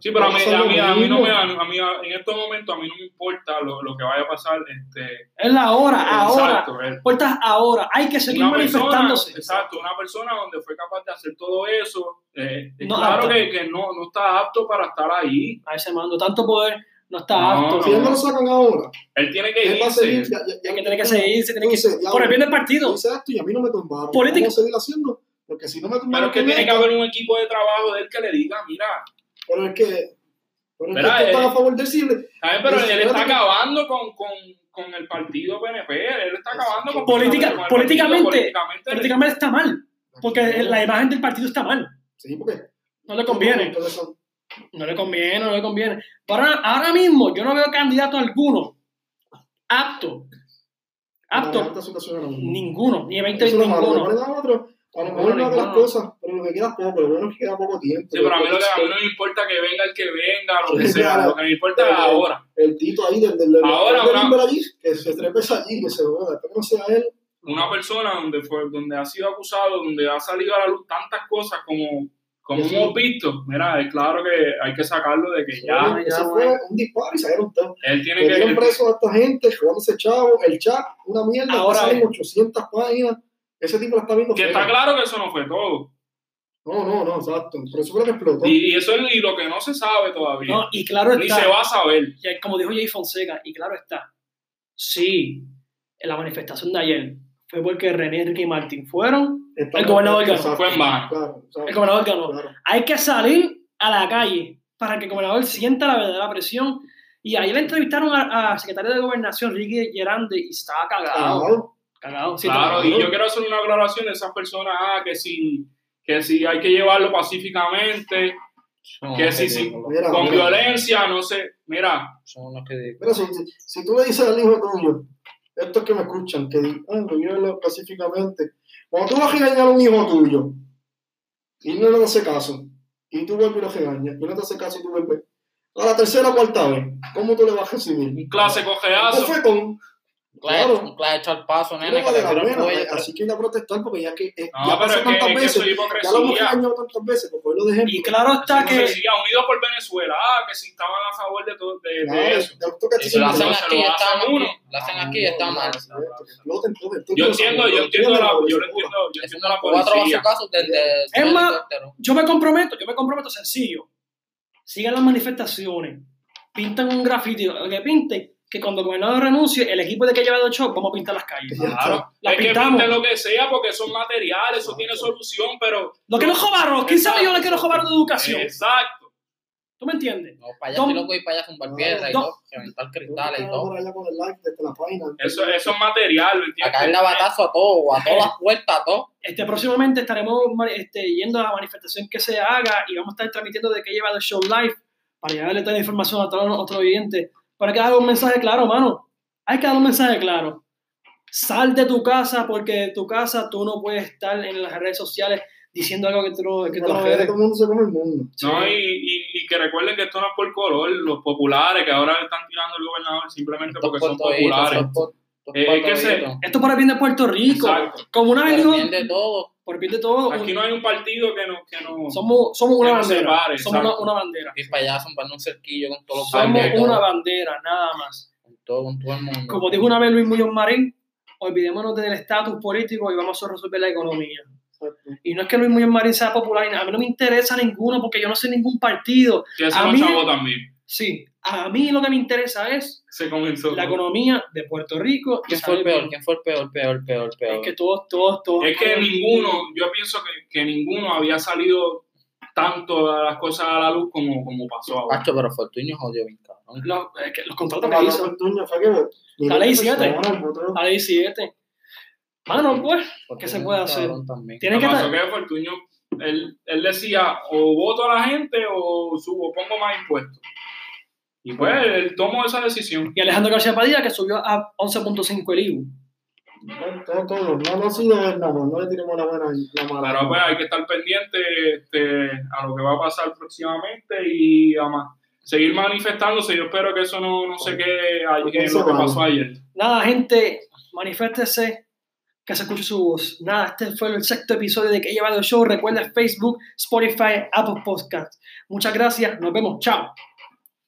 Speaker 3: Sí, pero a mí, a mí, a mí no
Speaker 2: Vamos
Speaker 3: me,
Speaker 2: a
Speaker 3: a mí- a mí, a- en estos momentos a mí no me importa lo, lo que vaya a pasar. Este,
Speaker 1: Es la hora, ahora.
Speaker 3: exacto, es
Speaker 1: Puertas ahora. Hay que seguir
Speaker 3: una persona,
Speaker 1: manifestándose.
Speaker 3: exacto, una persona donde fue capaz de hacer todo eso, eh, es
Speaker 1: No
Speaker 3: claro
Speaker 1: apta.
Speaker 3: que, que no, no está apto para estar ahí.
Speaker 1: A ese mando tanto poder no está
Speaker 3: No,
Speaker 1: apto.
Speaker 2: si él no lo sacan ahora,
Speaker 3: Él tiene que
Speaker 2: él va a seguir.
Speaker 3: irse.
Speaker 2: Ya, ya, ya-
Speaker 1: Tiene que tener que seguir, se tiene que
Speaker 2: Entonces, ya,
Speaker 1: por el bien del partido.
Speaker 2: Exacto, y a mí no me tumbaron.
Speaker 1: Política.
Speaker 2: Política. Vamos a seguir haciendo, porque si no me tumbaron.
Speaker 3: Pero es que
Speaker 2: con
Speaker 3: tiene que
Speaker 2: esto,
Speaker 3: haber un equipo de trabajo de él que le diga, mira,
Speaker 2: Pero es que. Pero es
Speaker 3: Verá,
Speaker 2: que tú estás
Speaker 3: eh,
Speaker 2: a favor del ciber.
Speaker 3: ¿Sabes? Pero
Speaker 2: Yo
Speaker 3: él
Speaker 2: creo
Speaker 3: está
Speaker 2: que-
Speaker 3: acabando con, con, con el partido PNP, él está acabando con
Speaker 1: Política-
Speaker 3: con el
Speaker 1: políticamente,
Speaker 3: políticamente,
Speaker 1: Prácticamente está mal, porque la imagen del partido está mal.
Speaker 2: Sí, porque.
Speaker 1: No le conviene.
Speaker 2: Entonces son-
Speaker 1: No le conviene, no le conviene. Pero ahora, ahora mismo yo no veo candidato alguno apto.
Speaker 2: para
Speaker 1: Apto.
Speaker 2: esta situación ahora mismo.
Speaker 1: Ninguno. Ni 20
Speaker 2: Eso es lo malo, le
Speaker 1: ninguno.
Speaker 2: ponen a otro. A lo mejor
Speaker 1: Ninguno,
Speaker 2: no hace las
Speaker 1: ninguno.
Speaker 2: cosas, pero lo que queda es poco, lo bueno es que queda poco tiempo.
Speaker 3: Sí, pero a mí, lo que, a mí no me importa que venga el que venga, lo que
Speaker 2: Sí,
Speaker 3: sea,
Speaker 2: claro.
Speaker 3: lo que me importa es ahora.
Speaker 2: El tito ahí del, del, del-
Speaker 3: Ahora,
Speaker 2: del
Speaker 3: una-
Speaker 2: Timber allí, que se trepe allí, que se vea, después que no sea él.
Speaker 3: Una persona donde fue, donde ha sido acusado, donde ha salido a la luz tantas cosas como, como
Speaker 2: Sí.
Speaker 3: hemos visto, mira, es claro que hay que sacarlo de que ya
Speaker 1: Sí.
Speaker 2: Eso
Speaker 1: ya,
Speaker 2: fue
Speaker 1: bueno.
Speaker 2: un disparo y salieron todos.
Speaker 3: él tiene que.
Speaker 2: Metieron preso a esta gente, ese chavo, el chat, una mierda,
Speaker 1: Ahora
Speaker 2: ahora salen
Speaker 1: es.
Speaker 2: 800 páginas. Ese tipo la está viendo.
Speaker 3: que
Speaker 2: feo.
Speaker 3: está claro que eso no fue todo.
Speaker 2: No, no, no, exacto. Por eso fue lo que explotó.
Speaker 3: Y, y eso es y lo que no se sabe todavía.
Speaker 1: No, y claro
Speaker 3: Ni se
Speaker 1: está,
Speaker 3: va a saber.
Speaker 1: y como dijo Jay Fonseca, y claro está, sí, en la manifestación de ayer fue porque René Enrique y Martín fueron,
Speaker 2: Está-
Speaker 1: el gobernador ganó,
Speaker 2: Exacto,
Speaker 3: fue en vano.
Speaker 2: Claro, exacto,
Speaker 1: el gobernador ganó.
Speaker 2: claro.
Speaker 1: Hay que salir a la calle para que el gobernador sienta la verdadera presión. Y ahí le entrevistaron a, a secretario de Gobernación, Ricky Gerande, y estaba cagado.
Speaker 2: Claro,
Speaker 1: Cagado. Sí,
Speaker 3: Claro,
Speaker 1: estaba
Speaker 3: y yo quiero hacer una aclaración de esas personas ah, que si, que si hay que llevarlo pacíficamente, Que sí, sí.
Speaker 2: mira,
Speaker 3: con
Speaker 2: mira,
Speaker 3: violencia, no sé. Mira,
Speaker 4: Son unos ridículos.
Speaker 2: mira, si, si- si tú le dices al hijo tuyo, estos que me escuchan, que digan, ah, lo violan pacíficamente. Cuando tú vas a regañar a un hijo tuyo y no le hace caso, y tú vuelves y lo regañas, y no te hace caso y tú vuelves, a la tercera o cuarta vez, ¿cómo tú le vas a recibir?
Speaker 3: un clase
Speaker 2: Eso
Speaker 3: cojeazo.
Speaker 2: fue con. Claro.
Speaker 4: Claro. Claro, echar paso,
Speaker 2: Yo
Speaker 4: nene,
Speaker 2: no
Speaker 4: que te
Speaker 2: valía la
Speaker 4: dieron
Speaker 2: pena, eh,
Speaker 4: cuello.
Speaker 2: Así que ir a protestar porque ya que eh, ya
Speaker 3: No, pero
Speaker 2: pasó
Speaker 3: es que,
Speaker 2: tantas
Speaker 3: es que eso
Speaker 2: veces. Ya
Speaker 3: es
Speaker 2: lo hemos
Speaker 3: hipocresía. Eso
Speaker 2: engañado tantas veces, porque hoy lo dejé.
Speaker 1: Y claro está
Speaker 3: es
Speaker 1: que
Speaker 3: hipocresía, unidos por Venezuela, ah, que si estaban a favor de, todo, de, de
Speaker 2: Claro, ya
Speaker 3: eso.
Speaker 2: tú que te
Speaker 4: Y si lo
Speaker 2: sientes
Speaker 4: hacen
Speaker 3: no
Speaker 2: mal.
Speaker 3: se lo hacen
Speaker 4: aquí, ya está
Speaker 3: uno.
Speaker 4: mal. Lo hacen aquí, ya está
Speaker 2: No,
Speaker 4: mal.
Speaker 2: exacto, exploten, exploten, tú
Speaker 3: Yo
Speaker 2: lo
Speaker 3: entiendo,
Speaker 2: sabes,
Speaker 3: yo
Speaker 2: tú entiendes
Speaker 3: entiendo, la,
Speaker 2: lo que
Speaker 3: yo lo
Speaker 2: se
Speaker 3: entiendo,
Speaker 2: ocupa.
Speaker 3: yo entiendo la
Speaker 4: Cuatro
Speaker 3: policía.
Speaker 4: bazocazos desde...
Speaker 1: Es más, yo me comprometo, yo me comprometo sencillo. Sigan las manifestaciones, pintan un graffiti, lo que pinten, que cuando el gobernador renuncie, el equipo de que lleva de ocho, vamos a pintar las calles.
Speaker 2: Ya está.
Speaker 3: Claro,
Speaker 1: La
Speaker 3: es que
Speaker 1: pintamos.
Speaker 3: pinten lo que sea porque son materiales, eso tiene solución, pero.
Speaker 1: Lo que nos robaron, los 15 millones que nos robaron de educación.
Speaker 3: Exacto.
Speaker 1: ¿Tú me entiendes?
Speaker 4: No, para allá estoy loco y para allá zumbar piedra y
Speaker 1: Don-
Speaker 4: todo, reventar
Speaker 2: Yo
Speaker 4: cristales y
Speaker 2: estaba
Speaker 4: todo.
Speaker 2: por allá con el like desde la página.
Speaker 3: Eso, eso es material, ¿me
Speaker 4: A
Speaker 3: entiendes?
Speaker 4: caerle a batazo a todo, a todas las puertas, a todo.
Speaker 1: Este, próximamente estaremos ma- este, yendo a la manifestación que se haga y vamos a estar transmitiendo de que lleva de show live para llevarle toda la información a todos nuestros oyentes. Para que haga un mensaje claro, mano. Hay que dar un mensaje claro. Sal de tu casa porque de tu casa tú no puedes estar en las redes sociales diciendo algo que tú no, que tú
Speaker 2: Con la
Speaker 1: no
Speaker 2: gente,
Speaker 1: eres.
Speaker 2: todo el mundo se come el mundo.
Speaker 3: No, y, y- y que recuerden que esto no es por color, los populares que ahora le están tirando el gobernador simplemente porque son populares. Eh, es que se-
Speaker 1: Esto para el bien de Puerto Rico.
Speaker 3: Exacto.
Speaker 1: Como una vez dijo,
Speaker 4: de todo.
Speaker 1: por el bien de todo,
Speaker 3: Aquí no hay un partido que no. Que no
Speaker 1: somos, somos una
Speaker 3: que nos
Speaker 1: bandera.
Speaker 3: separe,
Speaker 1: somos una,
Speaker 3: exacto.
Speaker 1: una bandera.
Speaker 4: Y para allá zumbar un cerquillo con todos los
Speaker 1: Somos
Speaker 4: barrios y todo,
Speaker 1: una bandera, nada más.
Speaker 4: con todo, con todo el mundo.
Speaker 1: Como dijo una vez Luis Muñoz Marín, olvidémonos del estatus político y vamos a resolver la economía.
Speaker 2: Exacto.
Speaker 1: Y no es que Luis Muñoz Marín sea popular, y a mí no me interesa ninguno porque yo no sé ningún partido.
Speaker 3: que eso
Speaker 1: a
Speaker 3: no
Speaker 1: mí-
Speaker 3: chavo también.
Speaker 1: Sí, a mí lo que me interesa es
Speaker 3: Se comenzó.
Speaker 1: la economía de Puerto Rico. y
Speaker 4: ¿Quién fue el
Speaker 1: saber-
Speaker 4: peor? ¿Quién fue el peor, peor, peor, peor?
Speaker 1: Es que todos, todos, todos.
Speaker 3: Es que
Speaker 1: todos-
Speaker 3: ninguno, yo pienso que, que ninguno había salido tanto a las cosas a la luz como, como pasó ahora.
Speaker 4: Pacho, pero Fortunio jodió bien cabrón.
Speaker 1: Los, es que los
Speaker 2: Pero
Speaker 1: contratos
Speaker 2: la
Speaker 1: que hizo,
Speaker 2: fortuna fue que-
Speaker 1: La ley siete.
Speaker 2: personas, votó.
Speaker 1: la 17. Mano, pues, ¿Qué se
Speaker 4: Fortunio
Speaker 1: puede
Speaker 4: es un
Speaker 1: hacer?
Speaker 4: cabrón también.
Speaker 1: tienen que
Speaker 3: Lo
Speaker 1: estar.
Speaker 3: pasó que Fortuño, él, él decía, o voto a la gente o subo, pongo más impuestos. Y pues él tomó esa decisión.
Speaker 1: Y Alejandro García Padilla que subió a 11.5 el IVU.
Speaker 2: Todo, todo. No, no ha sido Bernardo, no le tiremos la buena la mala.
Speaker 3: Pero pues hay que estar pendiente este, a lo que va a pasar próximamente y a ma- seguir manifestándose. Yo espero que eso no, no se quede ayer, lo que pasó ayer.
Speaker 1: Nada, gente, manifiéstese, que se escuche su voz. Nada, este fue el sexto episodio de Que he llevado el show. Recuerda Facebook, Spotify, Apple Podcasts. Muchas gracias, nos vemos, chao.